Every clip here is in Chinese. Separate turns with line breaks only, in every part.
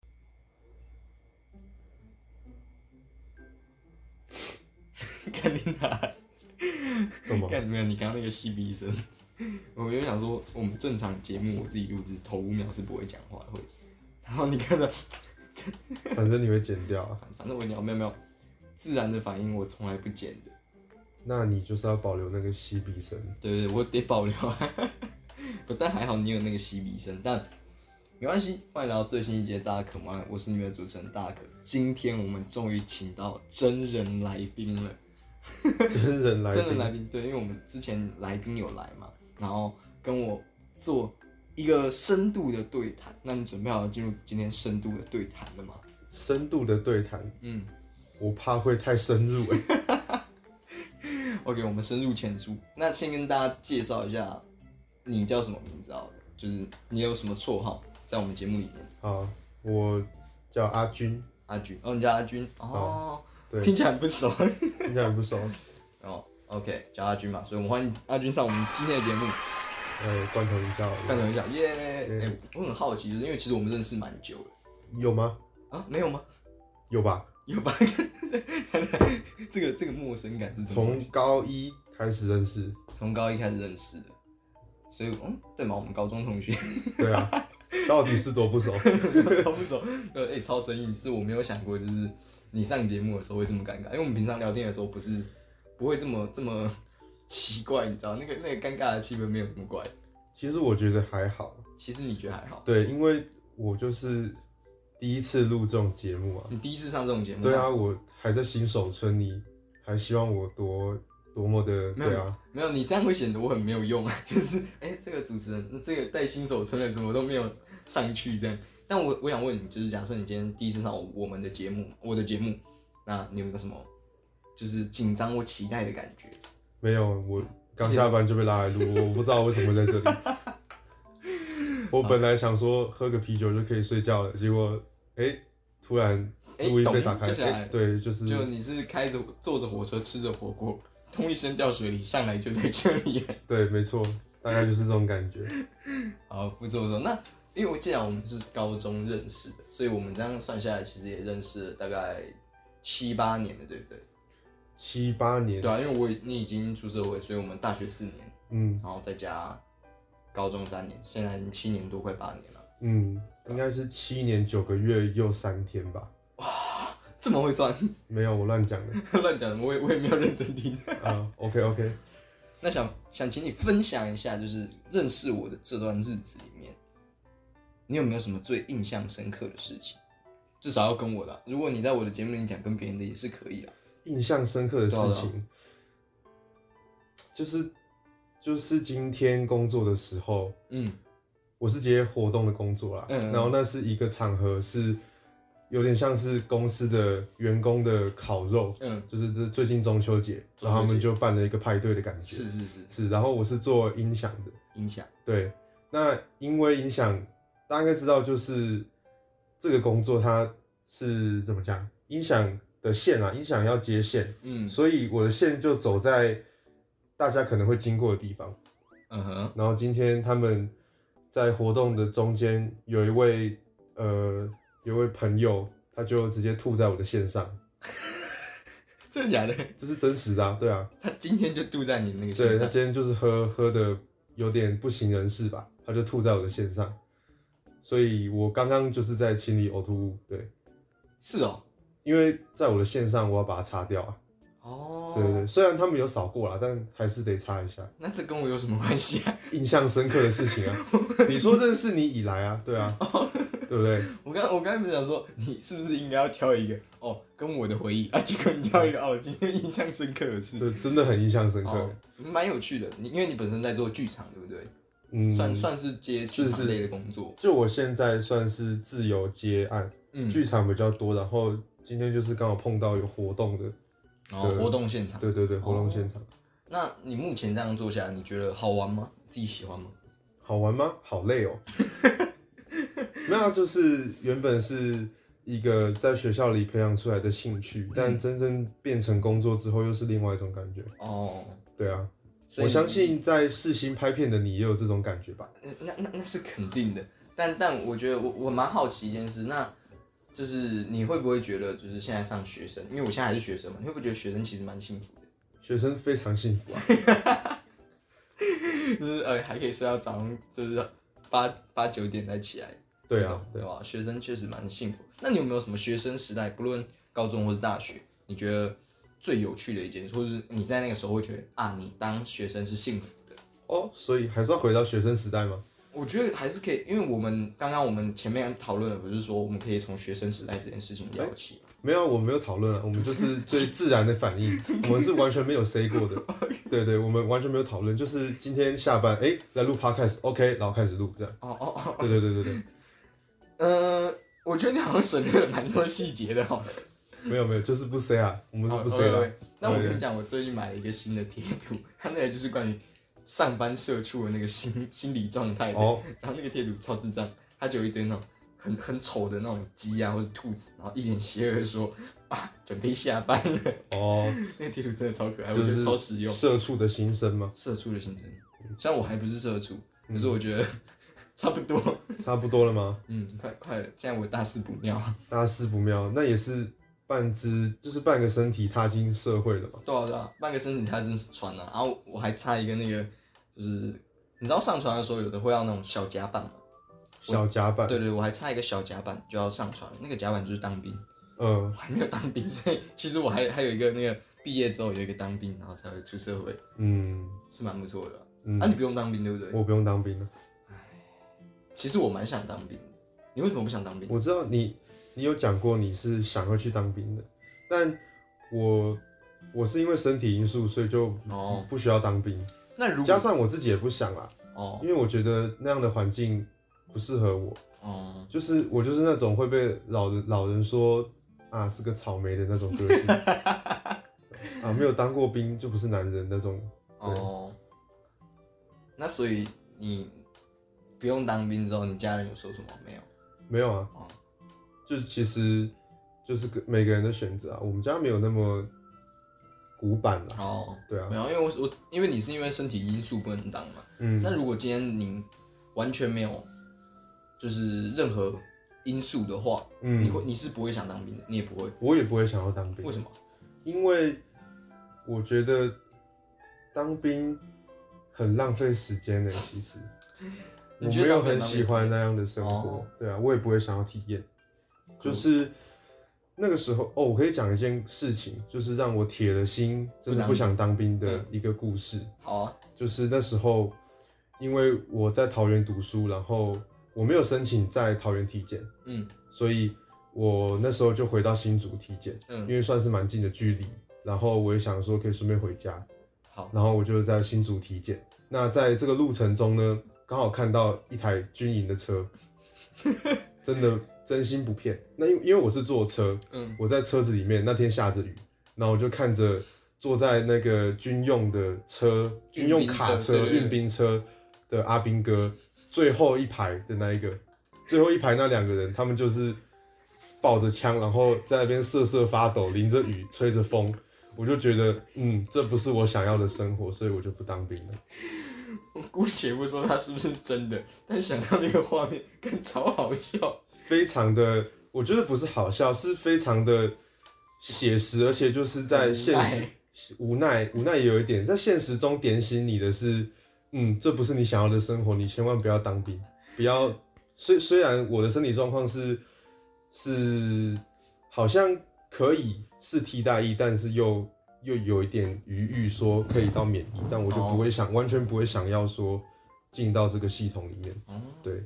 肯定的。
什么？
干没有你刚刚那个吸鼻声， 我原本想说我们正常节目我自己录制头五秒是不会讲话的，会。然后你看着，
反正你会剪掉啊，
反正我鸟没有没有自然的反应，我从来不剪的。
那你就是要保留那个吸鼻声。
对对对，我得保留啊。 不但还好你有那个吸鼻声，但没关系。欢迎来到最新一集的大可嘛，我是你们的主持人大可。今天我们终于请到真人来宾了。
真人来宾，
真人来宾，对，因为我们之前来宾有来嘛，然后跟我做一个深度的对谈。那你准备好进入今天深度的对谈了吗？
深度的对谈，
嗯
我怕会太深入哎、
，OK，我们深入浅出。那先跟大家介绍一下，你叫什么名字好了？就是你有什么绰号在我们节目里面？
好，我叫阿军，
阿军，哦，你叫阿军，哦，
对
听起来很不熟。
听起来很不熟，
哦，OK，叫阿军嘛，所以我们欢迎阿军上我们今天的节目，
呃，罐头一下好了
干什么讲？耶！哎、我很好奇，就是因为其实我们认识蛮久了
有吗？
啊，没有吗？
有吧？
有吧？ 这个这个陌生感是怎么
从
回事
高一开始认识，
从高一开始认识的，所以嗯，对嘛，我们高中同 学
对啊，到底是多不熟？
超不熟，呃，哎、超生硬，是我没有想过，就是你上节目的时候会这么尴尬，因为我们平常聊天的时候不是不会这么这么奇怪，你知道那个那个尴尬的气氛没有这么怪。
其实我觉得还好，
其实你觉得还好？
对，因为我就是第一次录这种节目啊，
你第一次上这种节目，
对啊，我还在新手村，你还希望我多多么的
没有
对啊？
没有，你这样会显得我很没有用啊！ 就是，哎、这个主持人，那这个带新手村的怎么都没有上去这样。但我我想问你，就是假设你今天第一次上我我们的节目，我的节目，那你有没有什么就是紧张或期待的感觉？
没有，我刚下班就被拉 来录，我不知道为什么在这里。我本来想说喝个啤酒就可以睡觉了，结果哎、突然
哎
录音被
咚
打开，
就下
哎
来了
对，就是
就你是开着坐着火车吃着火锅，通一声掉水里，上来就在这里。
对，没错，大概就是这种感觉。
好，不错不错。那因为我既然我们是高中认识的，所以我们这样算下来，其实也认识了大概七八年了，对不对？
七八年，
对啊，因为我已你已经出社会，所以我们大学四年，
嗯
然后再加高中三年，现在已经七年多，快八年了。
嗯，应该是七年九个月又三天吧？
这么会算，
没有，我乱讲的。
乱讲的，我也我也没有认真听。
啊，OK OK，
那想想请你分享一下，就是认识我的这段日子里面，你有没有什么最印象深刻的事情？至少要跟我的啊、如果你在我的节目里讲跟别人的也是可以的。啊
印象深刻的事
对啊对啊啊
情，就是就是今天工作的时候，
嗯，
我是接活动的工作啦，
嗯嗯嗯
然后那是一个场合是有点像是公司的员工的烤肉，
嗯，
就是这最近中秋节，
中秋节
然后他们就办了一个派对的感觉，
是是是，
是然后我是做音响的，
影响
对，那因为音响大家应该知道，就是这个工作它是怎么讲，音响的线啊，音响要接线，
嗯
所以我的线就走在大家可能会经过的地方。
嗯哼，
然后今天他们在活动的中间有一位呃有一位朋友，他就直接吐在我的线上，
真的假的？
这是真实的、啊，对啊，
他今天就度在你那个
对
线
他
上，
今天就是喝喝的有点不省人事吧，他就吐在我的线上，所以我刚刚就是在清理呕吐物，对，
是哦，
因为在我的线上我要把它擦掉啊，
哦，
对对对，虽然他们有扫过啦，但还是得擦一下，
那这跟我有什么关系啊？
印象深刻的事情啊，你说认识你以来啊，对啊，对不对？
我刚我刚才不是想说，你是不是应该要挑一个哦，跟我的回忆啊？结果你挑一个哦，今天印象深刻的事，
这真的很印象深刻。
哦，蛮有趣的。你因为你本身在做剧场，对不对？
嗯，
算算是接剧
是
场
是
类的工作。
就我现在算是自由接案，
嗯，
剧、场比较多，然后今天就是刚好碰到有活动的，
然后
对
活动现场。
对对对，活动现场、
那你目前这样做下来，你觉得好玩吗？自己喜欢吗？
好玩吗？好累 哦。没有啊，就是原本是一个在学校里培养出来的兴
嗯
趣，但真正变成工作之后，又是另外一种感觉。
哦，
对啊，
所以
我
你
相信在世新拍片的你也有这种感觉吧？
那那那是肯定的。但但我觉得我我蛮好奇一件事，那就是你会不会觉得就是现在上学生，因为我现在还是学生嘛，你会不会觉得学生其实蛮幸福的？
学生非常幸福啊。
就是呃还可以睡到早上，就是八八九点才起来。
对
这种
啊，
对吧？学生确实蛮幸福。那你有没有什么学生时代，不论高中或是大学，你觉得最有趣的一件事，或是你在那个时候会觉得啊，你当学生是幸福的？
哦，所以还是要回到学生时代吗？
我觉得还是可以，因为我们刚刚我们前面讨论的不是说我们可以从学生时代这件事情聊起，
没有啊，我没有讨论啊，我们就是 最自然的反应，我们是完全没有 say 过的。对对，我们完全没有讨论，就是今天下班，哎、来录 podcast，OK，、然后开始录这样。
哦哦哦，
对对对对对，
呃，我觉得你好像省略了蛮多细节的哦。
没有没有，就是不 say 啊，我们是不 say
哦
啦、
喂那我跟你讲，我最近买了一个新的贴图， 它那个就是关于上班社畜的那个心心理状态的。
哦，
然后那个贴图超智障，他就有一堆那种很很丑的那种鸡啊或者兔子，然后一脸邪恶地说啊准备下班了。
哦，
那个贴图真的超可哎爱，我
就
觉得
是
超实用。
社畜的心声嘛，
社畜的心声，虽然我还不是社畜，可
嗯
是我觉得 差不多。
差不多了吗？
嗯，快快了，现在我大四补尿了。
大事不妙，那也是半只，就是半个身体踏进社会了嘛。
对啊对啊，半个身体他真是穿了、啊然后我还差一个那个就是。你知道上传的时候，有的会要那种小夹板吗？
小甲板，
对对，我还差一个小夹板就要上传，那个夹板就是当兵。
嗯
我还没有当兵， 所以其实我还还有一个那个毕业之后有一个当兵，然后才会出社会，
嗯
是蛮不错的啊。啊，
嗯，
你不用当兵对不对？
我不用当兵了。
其实我蛮想当兵的，你为什么不想当兵？
我知道你，你有讲过你是想要去当兵的，但我我是因为身体因素，所以就
哦，
不需要当兵。
那如
加
果
上我自己也不想啦，
哦
因为我觉得那样的环境不适合我，
哦，
就是我就是那种会被老人老人说啊是个草莓的那种个 性，啊没有当过兵就不是男人那种。
哦，那所以你不用当兵之后，你家人有说什么没有？
没有啊
哦，
就其实就是个每个人的选择啊，我们家没有那么古板啦，
哦，
对啊
没，有，因为我我因为你是因为身体因素不能当嘛。
嗯
那如果今天您完全没有就是任何因素的话，
嗯
你。会你是不会想当兵的，你也不会。
我也不会想要当兵
为，什么？
因为我觉得当兵很浪费时间 呢。其实我
你觉
没
得
有
当兵
很
浪费
喜欢
时间
那样的生活
哦，
对啊，我也不会想要体验。就是那个时候，哦，我可以讲一件事情，就是让我铁了心，真的
不当兵
不想当兵
嗯
的一个故事。
好啊，
就是那时候，因为我在桃园读书，然后我没有申请在桃园体检，
嗯
所以我那时候就回到新竹体检。
嗯，
因为算是蛮近的距离，然后我也想说可以顺便回家，
好，
然后我就在新竹体检。那在这个路程中呢，刚好看到一台军营的车，真的真心不骗。那因因为我是坐车，
嗯
我在车子里面，那天下着雨，然后我就看着坐在那个军用的车、
运
军
兵
用卡
车对对对
运兵车的阿兵哥最后一排的那一个，最后一排那两个人，他们就是抱着枪，然后在那边瑟瑟发抖，淋着雨，吹着风。我就觉得，嗯，这不是我想要的生活，所以我就不当兵了。
我姑且不说它是不是真的，但想到那个画面，更超好笑。
非常的，我觉得不是好笑，是非常的写实，而且就是在现实无奈，无奈也有一点，在现实中点醒你的是，嗯，这不是你想要的生活，你千万不要当兵，不要。虽虽然我的身体状况是是好像可以是替代役，但是又又有一点余裕，说可以到免役，但我就不会想，完全不会想要说进到这个系统里面。
哦，
对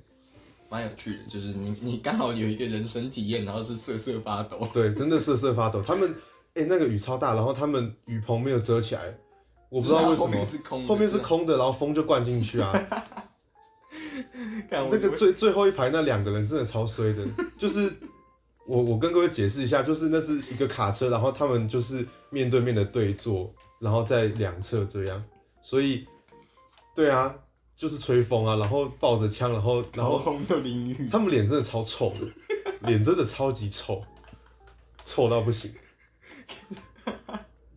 蛮有趣的，就是你你刚好有一个人生体验，然后是瑟瑟发抖。
对，真的瑟瑟发抖。他们哎、那个雨超大，然后他们雨棚没有遮起来，我
我
不知道为什
后
么
面。是空的，
后面是
真的
空的，然后风就灌进 去啊，
干我
那个最最后一排那两个人真的超衰的，就是我我跟各位解释一下，就是那是一个卡车，然后他们就是面对面的对坐，然后在两侧这样，所以对啊，就是吹风啊，然后抱着枪，然后然
头
后
红的淋雨，
他们脸真的超臭的，脸真的超级臭，臭到不行，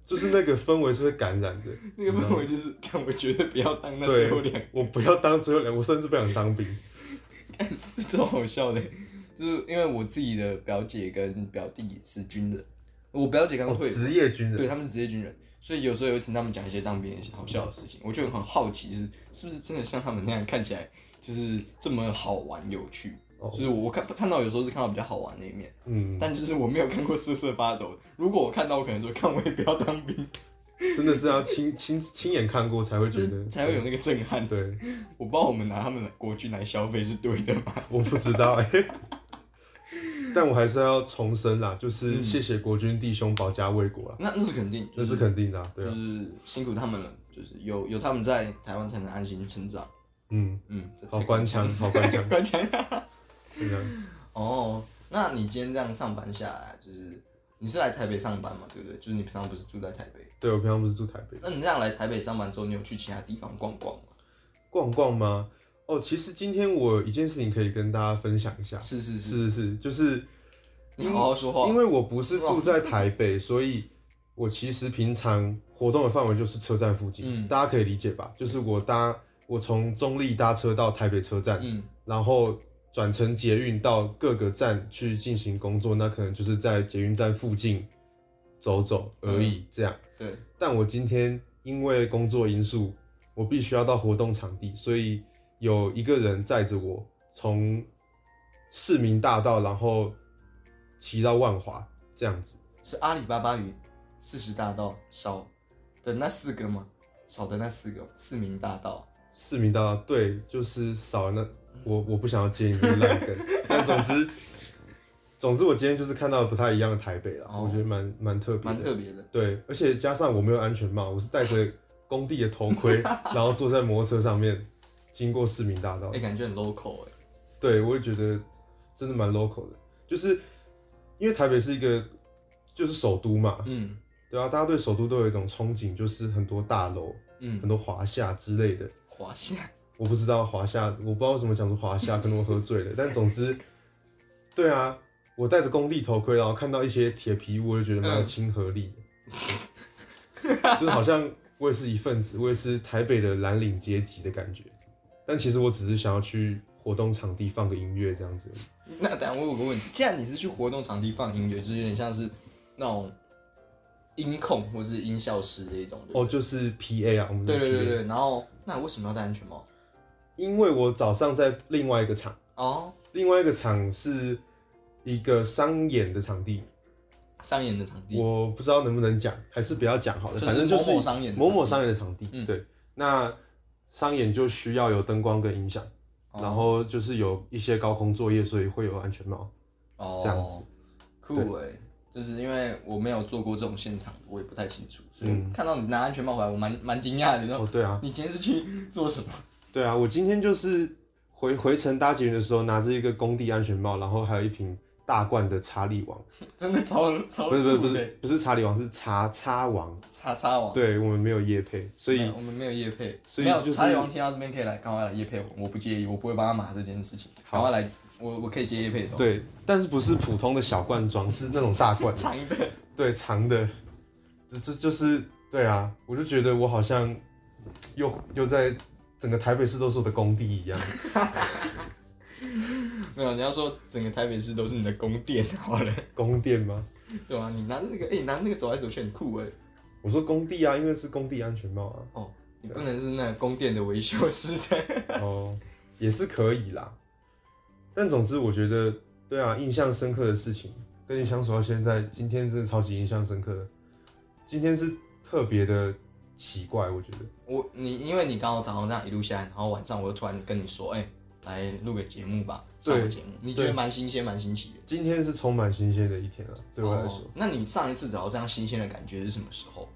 就是那个氛围是会感染的。
那个氛围就是，看我绝对不要当那
对
最后两
我不要当最后两，我甚至不想当兵。
欸超好笑的，就是因为我自己的表姐跟表弟是军人，我表姐刚
哦
退伍，
职业军
对
人，
他们是职业军人，所以有时候有听他们讲一些当兵的一些好笑的事情，我就很好奇，就是是不是真的像他们那样看起来就是这么好玩有趣？
哦
就是我看看到有时候是看到比较好玩的一面，
嗯，
但就是我没有看过瑟瑟发抖。如果我看到，我可能说看我也不要当兵，
真的是要亲亲亲眼看过才会觉
就是
得
才会有那个震撼。
对，
我不知道我们拿他们来国军来消费是对的吗？
我不知道哎、 但我还是要重申啦，
嗯
就是谢谢国军弟兄保家卫国啦，
那那是肯定，
这、
就是
是肯定的、啊，对
就
啊，
是辛苦他们了，就是有有他们在台湾才能安心成长。
嗯，
嗯，这
好
太，
官腔，好官腔
关枪。
真的，
哦，那你今天这样上班下来，就是你是来台北上班嘛，对不对？就是你平常不是住在台北？
对我平常不是住台北，
那你这样来台北上班之后，你有去其他地方逛逛吗？
逛逛吗？哦，其实今天我有一件事情可以跟大家分享一下，
是是是，
是是，就是
你好好说话。
因为我不是住在台北，所以我其实平常活动的范围就是车站附近，
嗯
大家可以理解吧？就是我搭我从中立搭车到台北车站，
嗯
然后转乘捷运到各个站去进行工作，那可能就是在捷运站附近走走而
嗯
已，这样。
对，
但我今天因为工作因素，我必须要到活动场地，所以有一个人载着我从市民大道，然后骑到万华这样子。
是阿里巴巴与四十大盗少的那四个吗？少的那四个四名大盗。
市民大道对，就是少了那我我不想要接你这个烂梗，但总之总之我今天就是看到了不太一样的台北啦，
哦
我觉得蛮蛮特别
蛮
的。
特别的。
对，而且加上我没有安全帽，我是戴着工地的头 盔，然后坐在摩托车上面经过市民大道
哎、。感觉很 local 哎、
对，我也觉得真的蛮 local 的，就是因为台北是一个就是首都嘛，
嗯
对啊，大家对首都都有一种憧憬，就是很多大楼、很
嗯，
多华夏之类的。
华夏。
我不知道华夏，我不知道为什么讲出华夏，可能我喝醉了，但总之，对啊，我戴着工地头盔，然后看到一些铁皮屋，我就觉得蛮有亲和力的，就是好像我也是一份子，我也是台北的蓝领阶级的感觉。但其实我只是想要去活动场地放个音乐这样子而已。
那等下我有个问题，既然你是去活动场地放音乐，就是有点像是那种音控或是音效师这一种，对不对
哦，就是 PA 啊，我们
对
的
对对
PA
对，然后那为什么要戴安全帽？
因为我早上在另外一个场，
哦，
另外一个场是一个商演的场地，
商演的场地，
我不知道能不能讲，还是不要讲好了，
嗯就是
反正就是
某某商演的
某
场
某
地
商演的场地，
嗯
对，那商演就需要有灯光跟音响，
哦
然后就是有一些高空作业，所以会有安全帽，
哦
这样子，
酷哎、就是因为我没有做过这种现场，我也不太清楚，所
嗯
以看到你拿安全帽回来，我蛮蛮惊讶的，你知道
哦，对啊，
你今天是去做什么？
对啊，我今天就是回回程搭捷运的时候，拿着一个工地安全帽，然后还有一瓶大罐的查理王，
真的超超
不是不是不
酷的哦
是不是查理王，是查叉王，
叉叉王，
对我们没有夜配，所
没
以
有我们没有叶配，
所以
没有
就是
查理王听到这边可以来，赶快来叶配我，我不介意，我不会帮他码这件事情，赶快来，我我可以接叶配的哦，
对，但是不是普通的小罐装，是那种 大罐的。
长一个，
对，长的，这这就是对啊，我就觉得我好像又又在整个台北市都是我的工地一样。
没有，你要说整个台北市都是你的宫殿好了，
宫殿吗？
对啊，你拿那个，哎、你拿那个走来走去很酷哎、
我说工地啊，因为是工地安全帽啊。
哦，你不能是那个宫殿的维修师在。
哦，也是可以啦。但总之，我觉得对啊，印象深刻的事情，跟你相处到现在，今天真的超级印象深刻的。今天是特别的奇怪，我觉得。
我你因为你刚好早上这样一路下来，然后晚上我又突然跟你说，哎、来录个节目吧，
对
上个节目，你觉得
对
蛮新鲜，蛮新奇的。
今天是充满新鲜的一天啊，对我来说。
哦，那你上一次找到这样新鲜的感觉是什么时候？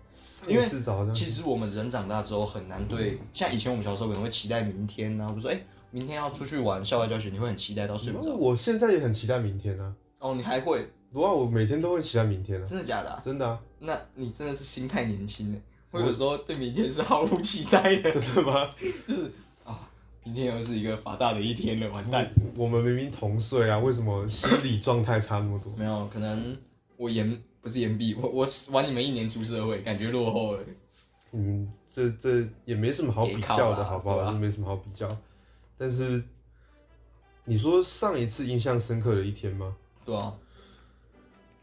因为
为是早上
其实我们人长大之后很难对，像以前我们小时候可能会期待明天然后比如说哎、明天要出去玩校外教学，你会很期待到睡不着。
我现在也很期待明天啊。
哦，你还会？
罗啊，我每天都会期待明天啊，
真的假的啊、
真的啊，
那你真的是心太年轻了。我有时候对明天是毫无期待的。
真的吗？
明天又是一个法大的一天了，完蛋。
我们明明同岁啊，为什么心理状态差那么多？
没有，可能我延不是延毕，我我晚你们一年出社会，感觉落后了。
嗯，这这也没什么好比较
也靠啦
的，好不好？
对啊
这没什么好比较。但是你说上一次印象深刻的一天吗？
对啊，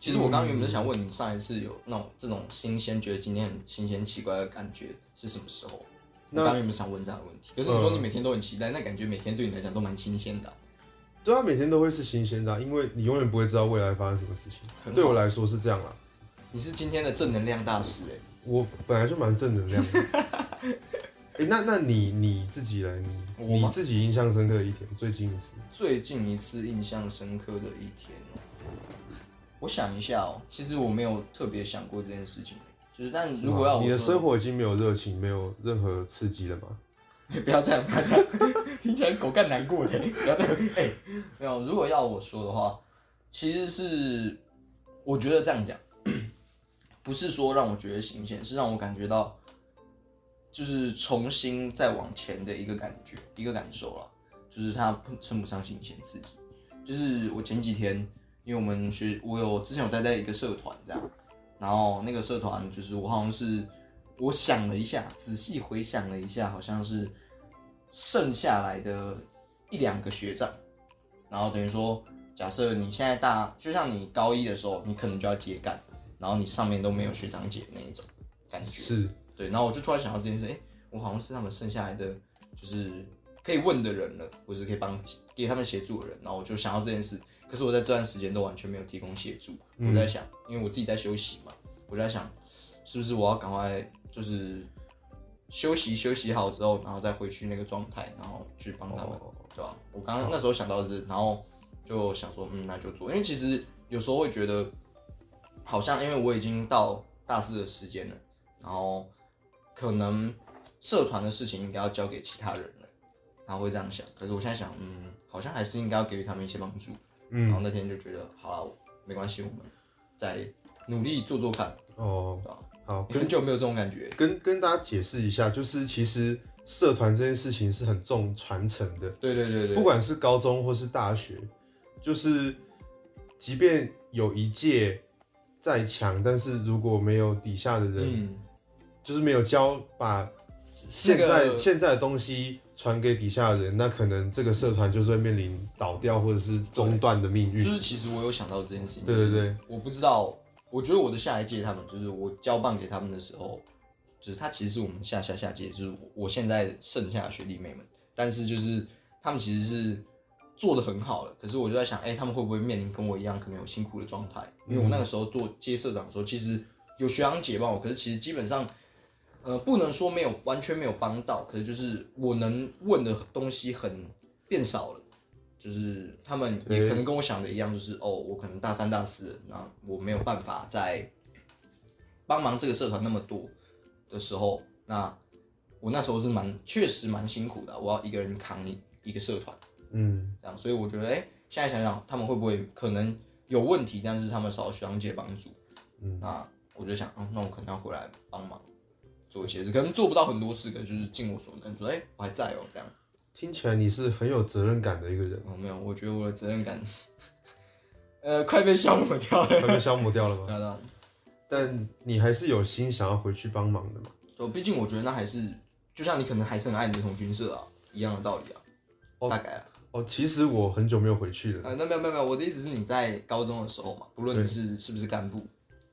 其实我刚刚原本是想问你，上一次有那种这种新鲜，觉得今天很新鲜奇怪的感觉是什么时候？我
那嗯
刚刚原本想问这样的问题，可是你说你每天都很期待，那感觉每天对你来讲都蛮新鲜的啊、
对啊，每天都会是新鲜的啊、因为你永远不会知道未来发生什么事
很
情。
好
对我来说是这样啦，啊
你是今天的正能量大使哎、
我本来就蛮正能量的。 哎、那那你你自己来，你
我吗
你自己印象深刻的一点，最近一次
最近一次印象深刻的一天哦，我想一下哦，其实我没有特别想过这件事情，就是但如果要我
你的
说
生活已经没有热情，没有任何刺激了吗？
欸不要这样，不要这样， 听起来狗干难过的。不要这样，哎、没有。如果要我说的话，其实是我觉得这样讲， 不是说让我觉得新鲜，是让我感觉到就是重新再往前的一个感觉，一个感受了。就是它称不上新鲜刺激。就是我前几天，因为我们学我有之前有待在一个社团这样，然后那个社团就是我好像是我想了一下，仔细回想了一下，好像是剩下来的一两个学长，然后等于说，假设你现在大，就像你高一的时候，你可能就要接干，然后你上面都没有学长姐那一种感觉，
是
对，然后我就突然想到这件事，哎、我好像是他们剩下来的，就是可以问的人了，或是可以帮给他们协助的人，然后我就想到这件事。可是我在这段时间都完全没有提供协助，我在想，因为我自己在休息嘛，我在想，是不是我要赶快就是休息休息好之后，然后再回去那个状态，然后去帮他们，对吧、我刚刚那时候想到的是，然后就想说，嗯，那就做，因为其实有时候会觉得，好像因为我已经到大四的时间了，然后可能社团的事情应该要交给其他人了，然后会这样想。可是我现在想，嗯，好像还是应该要给予他们一些帮助。
嗯
然后那天就觉得，好了，没关系，我们再努力做做看，
哦
对，啊吧？
好，
很久没有这种感觉，
跟跟大家解释一下，就是其实社团这件事情是很重传承的，
对对对对，
不管是高中或是大学，就是即便有一届再强，但是如果没有底下的人，
嗯，
就是没有教把现在、
那个
现在的东西传给底下的人，那可能这个社团就是会面临倒掉或者是中断的命
就
运。
是其实我有想到这件事情，
嗯对对对，
我不知道，我觉得我的下一届他们就是我交棒给他们的时候，就是他其实是我们下下下届，就是我我现在剩下的学弟妹们，但是就是他们其实是做的很好了，可是我就在想，哎、他们会不会面临跟我一样可能有辛苦的状态？因为我那个时候做接社长的时候，其实有学长姐帮我，可是其实基本上。呃，不能说没有完全没有帮到，可是就是我能问的东西很变少了，就是他们也可能跟我想的一样，就是哦，我可能大三大四了，那我没有办法再帮忙这个社团那么多的时候，那我那时候是蛮确实蛮辛苦的啊，我要一个人扛一一个社团
嗯，
这样，所以我觉得哎、现在想想他们会不会可能有问题，但是他们少了学长姐帮助，嗯，那我就想，嗯，那我可能要回来帮忙做一些事，可能做不到很多事，可能就是尽我所能，说哎、我还在哦这样。
听起来你是很有责任感的一个人，
哦，没有，我觉得我的责任感， 呃，快被消磨掉了。
快被消磨掉了吗？
对啊对啊，
但你还是有心想要回去帮忙的嘛？
就哦毕竟我觉得那还是，就像你可能还是很爱你的同军社啊，一样的道理啊，
哦
大概啊。
哦，其实我很久没有回去了。
呃，那没有没有没有，我的意思是你在高中的时候嘛，不论你是是不是干部，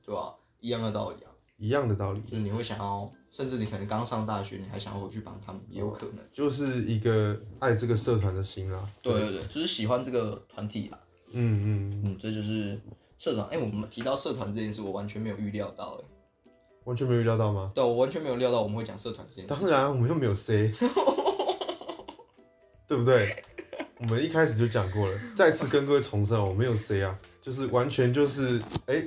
对吧、一样的道理啊，
一样的道理，
就是你会想要，甚至你可能刚上大学，你还想要回去帮他们，也有可能。
就是一个爱这个社团的心啊啦。
对对对，就是喜欢这个团体啦。
嗯嗯，
嗯，这就是社团。哎、我们提到社团这件事，我完全没有预料到、哎，
完全没有料到吗？
对啊，我完全没有料到我们会讲社团这件事
当然，我们又没有 C，对不对？我们一开始就讲过了，再次跟各位重申，我没有 C 啊，就是完全就是哎、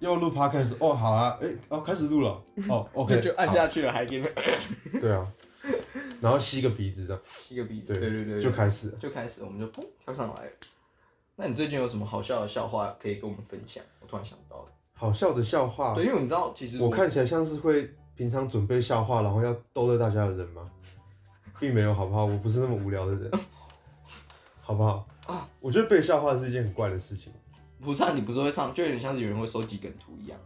要录 podcast 哦，好啊，哎、哦，开始录了，哦，OK，好
下去了，还给 你
对啊，然后吸个鼻子这样，
吸个鼻子，
对
对对对，
就开始了。
就开始，我们就砰跳上来了。那你最近有什么好笑的笑话可以跟我们分享？我突然想到了，
好笑的笑话，
对，因为你知道，其实
我看起来像是会平常准备笑话，然后要逗乐大家的人吗？并没有，好不好？我不是那么无聊的人，好不好？啊，我觉得被笑话是一件很怪的事情。
不是啊，你不是会上，就有点像是有人会收集梗图一样。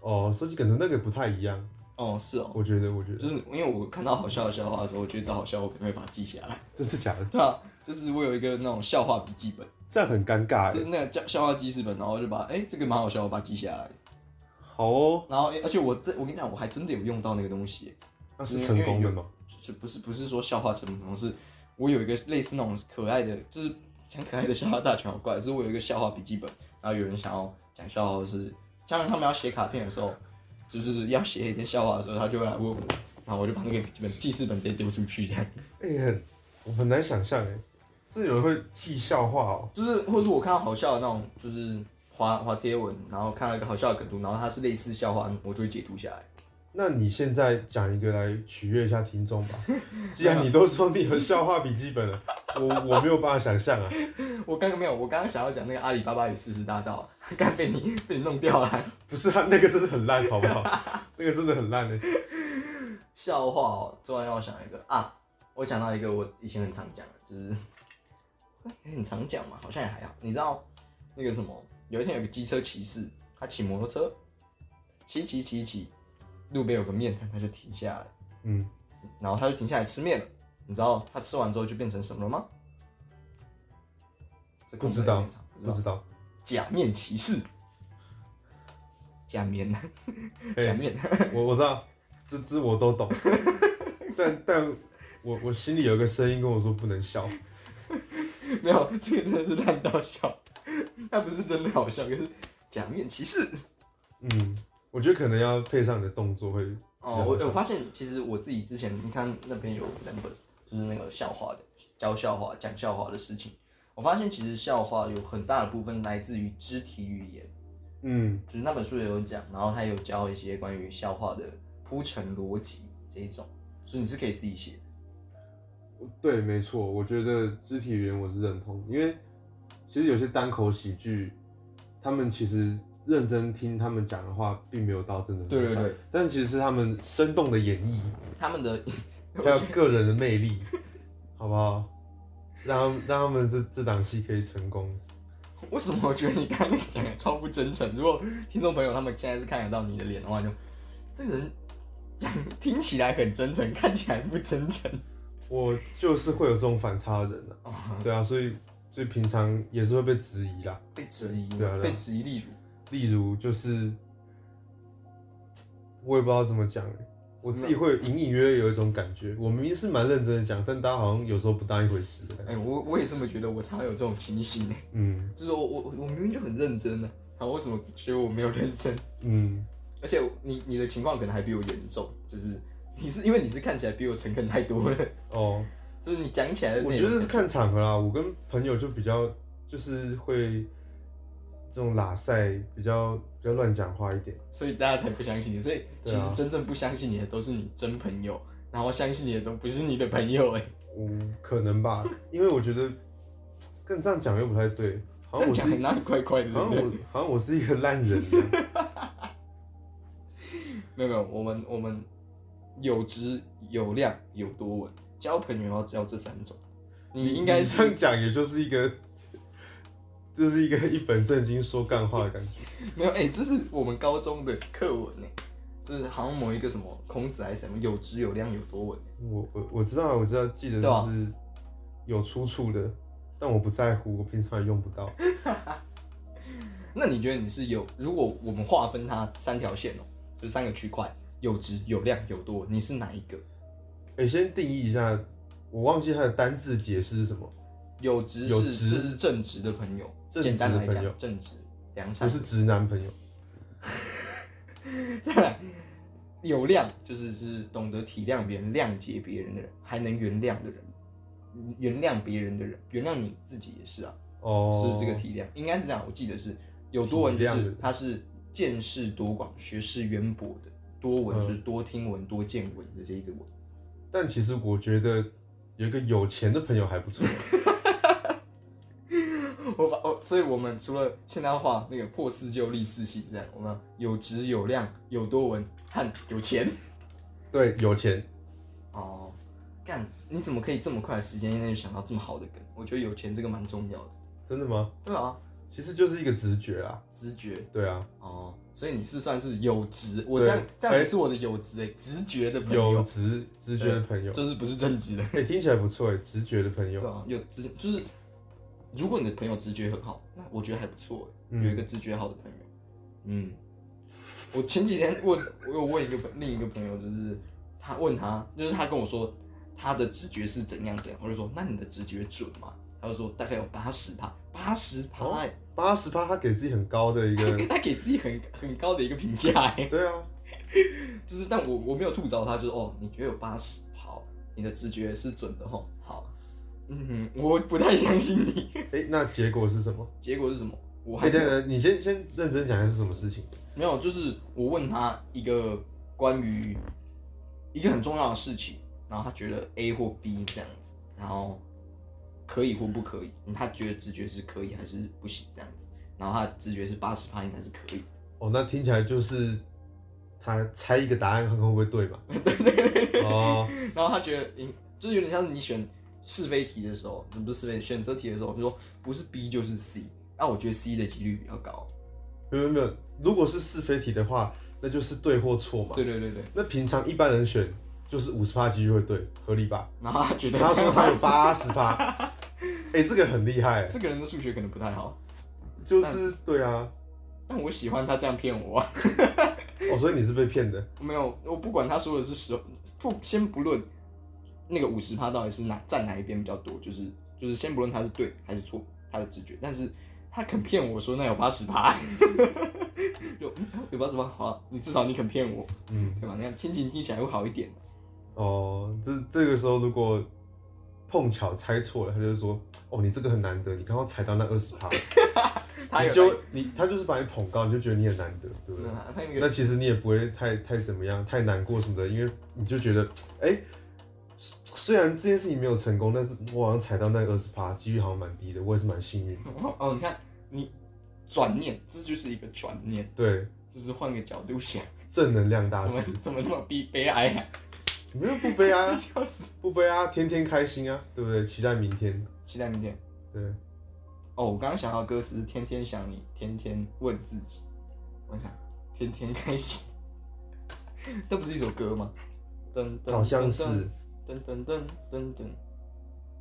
哦，收集梗的那个不太一样，
哦，是哦，
我觉得，我觉
就
得
是因为我看到好笑的笑话的时候，我觉得这好笑，我可能会把它记下来。
真的假的？
对啊， 就是我有一个那种笑话笔记本，
这样很尴尬
就是
哎。
那个叫笑话记事本，然后就把哎、这个蛮好笑，我把它记下来。
好哦，
然后而且我这我跟你讲，我还真的有用到那个东西，
那是成功的吗？
就不是不是说笑话成不成功，是我有一个类似那种可爱的，就是讲可爱的笑话大全好怪，就是我有一个笑话笔记本，然后有人想要讲笑话，或是像他们要写卡片的时候，就是要写一点笑话的时候，他就会来问我，然后我就把那个笔记本记事本直接丢出去，这样
哎、很我很难想象哎，这有人会记笑话哦。
就是或者是我看到好笑的那种，就是滑滑贴文，然后看到一个好笑的梗图，然后它是类似笑话，我就会解读下来。
那你现在讲一个来取悦一下听众吧。既然你都说你有笑话笔记本了，我我没有办法想象啊。
我刚刚没有，我刚刚想要讲那个阿里巴巴与四十大 盗，刚被你被你弄掉了。
不是啊，那个真的很烂，好不好？那个真的很烂的。
笑话哦，突然让我想一个啊，我想到一个我以前很常讲的，就是 欸很常讲嘛，好像也还好。你知道那个什么，有一天有个机车骑士，他骑摩托车，骑骑骑骑，路边有个面摊，他就停下来，
嗯，
然后他就停下来吃面了。你知道他吃完之后就变成什么了吗？这
不
空白
知道
有点长不知
不
道
知。道。
假面骑士，假面，假
哎，
面，
我我知道，这这我都 懂，但但我我心里有一个声音跟我说不能笑。
没有，这个真的是烂到笑，它不是真的好笑，可是假面骑士。
嗯，我觉得可能要配上你的动作会。
哦，我我发现其实我自己之前，你看那边有两本，就是那个笑话的教笑话、讲笑话的事情。我发现其实笑话有很大的部分来自于肢体语言，
嗯，
就是那本书也有讲，然后他有教一些关于笑话的铺陈逻辑这一种，所以你是可以自己写的。
对，没错，我觉得肢体语言我是认同，因为其实有些单口喜剧，他们其实认真听他们讲的话，并没有到真的很
对对
好笑
对，
但其实是他们生动的演绎。
他们的
还有个人的魅力，好不好？让他们让他们这这档戏可以成功。
为什么我觉得你刚刚那个讲的超不真诚？如果听众朋友他们现在是看得到你的脸的话就，这个人讲听起来很真诚，看起来不真诚。
我就是会有这种反差的人啊，对啊，所以所以平常也是会被质疑啦。
被质疑，
对啊对啊
被质疑例如，
例如就是，我也不知道怎么讲欸、我自己会隐隐约约有一种感觉，我明明是蛮认真的讲，但大家好像有时候不当一回事的感
哎、
觉。
我我也这么觉得，我常有这种情形，
嗯
就是我我我明明就很认真呢、啊，然后为什么觉得我没有认真？
嗯，
而且你你的情况可能还比我严重，就是你是因为你是看起来比我诚恳太多了，
哦，
就是你讲起来的
我
内
觉
容
得是看场合啦，我跟朋友就比较就是会这种拉塞，比较比较乱讲话一点。
所以大家才不相信你。所以其
对
实
啊
真正不相信你的都是你真朋友，然后相信你的都不是你的朋友、哎，
嗯，可 能吧，因为我觉得跟这样讲又不太对，好
这样
像我是
讲很哪里怪怪的，对
好
不
像
对？
我好像我是一个烂人一样。
没有没有，我们我们有质有量有多稳，交朋友要交这三种。 你应该
你这
是
样讲，也就是一个， 就是一个一本正经说干话的感觉。
没有哎、这是我们高中的课文呢、就是好像某一个什么孔子还是什么有质有量有多稳、
我我我知道，我知道，记得
对啊
就是有出处的，但我不在乎，我平常也用不到。
那你觉得你是有？如果我们划分它三条线哦、就是三个区块，有质有量有多稳，你是哪一个？
哎、先定义一下，我忘记它的单字解释是什么，
有直
有
是
直
这是正直的朋友，
正直
简
的
单来
朋友
讲，正直良
不
善。
是直男朋友。
再来，有量就是是懂得体谅别人、谅解别人的人，还能原谅的人，嗯原谅别人的人，原谅你自己也是啊，
哦，
就是这个体谅，应该是这样。我记得是有多闻，就
体谅的
是
人
他是见识多广、学识渊博的；多闻
嗯
就是多听闻、多见闻的这一个闻。
但其实我觉得有一个有钱的朋友还 不错。
我把哦，所以我们除了现在画那个破四旧立四新这样，我们要有质有量、有多闻和有钱。
对，有钱。
哦，干，你怎么可以这么快的时间内就想到这么好的梗？我觉得有钱这个蛮重要的。
真的吗？
对啊，
其实就是一个直觉啦。
直觉
对啊，
哦，所以你是算是有直，我这
对
样这样
哎
你是我的有直哎、直觉的朋
有
友，
直直觉的朋友，
就是不是正直的，
哎、听起来不错哎，直觉的朋
对
友，
啊，有直就是，如果你的朋友直觉很好，那我觉得还不错、哎
嗯
有一个直觉好的朋友，嗯，我前几天问我有问一个朋另一个朋友，就是他问他，就是他跟我说他的直觉是怎样怎样，我就说那你的直觉准吗？他就说大概有八十趴，八十趴哎。
嗯八十趴，他给自己很高哦的 一个，
他给自己很很高的一个评价哎，
对啊，
就是但我我没有吐槽他，就是哦，你觉得有八十好，你的直觉是准的吼，好，嗯，我不太相信你。
哎、那结果是什么？
结果是什么？我还
哎、等等，你先先认真讲一下是什么事情。
没有，就是我问他一个关于一个很重要的事情，然后他觉得 A 或 B 这样子，然后可以或不可以，他觉得直觉是可以还是不行这样子，然后他直觉是八十趴应该是可以，
哦，那听起来就是他猜一个答案，看看会不会 对嘛？哦，
然后他觉得，嗯，就是有点像是你选是非题的时候，不是是非选择题的时候，就说不是 B 就是 C，那我觉得 C 的几率比较高。
没有没有，如果是是非题的话，那就是对或错嘛。
对对对对，
那平常一般人选就是五十趴几率会对，合 理吧？
然后他觉得
他说他有八十趴， 哎、这个很厉害，
这个人的数学可能不太好，
就是对啊。
但我喜欢他这样骗我啊。
哦，所以你是被骗的。
没有，我不管他说的是实，不先不论那个五十趴到底是哪站哪一边比较多，就是就是先不论他是对还是错，他的直觉，但是他肯骗我说那有八十趴， 有嗯有八十趴，好啊、你至少你肯骗我，
嗯，
对吧？你看心情听起来会好一点。
哦，这这个时候如果碰巧猜错了，他就说，哦，你这个很难得，你刚刚猜到那二十趴，
他有
你就你他就是把你捧高，你就觉得你很难得，对不对？
那他那
那
个
其实你也不会太太怎么样，太难过什么的，因为你就觉得，哎、虽虽然这件事情没有成功，但是我好像踩到那二十趴，几率好像蛮低的，我也是蛮幸运的。
哦，你看你转念，这就是一个转念，
对，
就是换个角度想，
正能量大
怎么
师，
怎么那么悲悲哀啊？
没有不悲 啊，
笑死！
不悲啊，天天开心啊，对不对？期待明天，
期待明天。
对，
哦，我刚刚想到歌词是“天天想你，天天问自己”，我想天天开心。那不是一首歌吗？噔噔，
好像是
噔噔噔噔噔，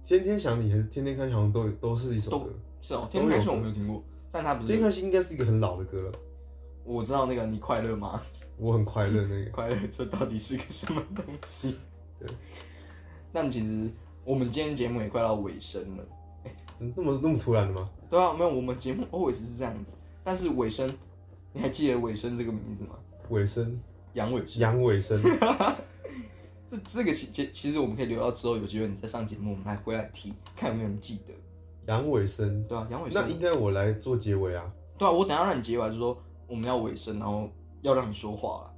天天想你，还是天天开心，好像都都是一首歌。
是哦，天天开心我没有听过，但它不
天天
是。
开心应该是一个很老的歌了，
我知道那个你快乐吗？
我很快乐 那个。
快乐这到底是个什么东 西？但其实我们今天节目也快到尾声了。
嗯那么那么突然的吗？
对啊，没有，我们节目 always 是这样子，但是尾声，你还记得尾声这个名字吗？
尾声，
杨尾声。
杨尾声，
这这个其其其实我们可以留到之后有机会你再上节目，我们还回来提，看有没有人记得。
杨尾声。
对啊，杨尾
那
声。
应该我来做结尾啊。
对啊，我等一下让你结完就说我们要尾声，然后要让你说话了。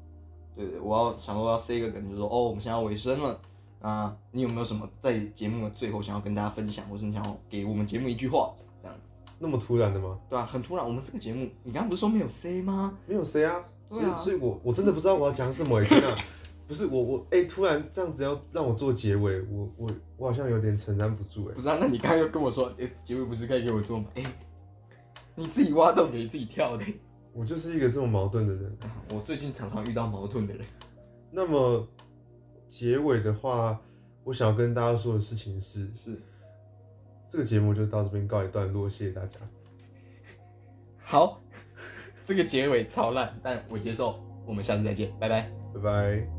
对对，我要想说要 say 一个梗，就说哦，我们现在要尾声了。啊，你有没有什么在节目的最后想要跟大家分享，或是你想要给我们节目一句话这样子？
那么突然的吗？
对啊，很突然，我们这个节目，你刚刚不是说没有 say 吗？
没有谁啊，所以、
对啊
所以我我真的不知道我要讲什么、欸。天啊，不是我我哎、突然这样子要让我做结尾，我我我好像有点承担不住哎、
不是啊，那你刚刚又跟我说，哎、结尾不是该给我做吗？哎、你自己挖洞给自己跳的、
我就是一个这种矛盾的人。
啊我最近常常遇到矛盾的人。
那么结尾的话，我想要跟大家说的事情是，
是，
这个节目就到这边告一段落，谢谢大家。
好，这个结尾超烂，但我接受。我们下次再见，拜拜。
拜拜。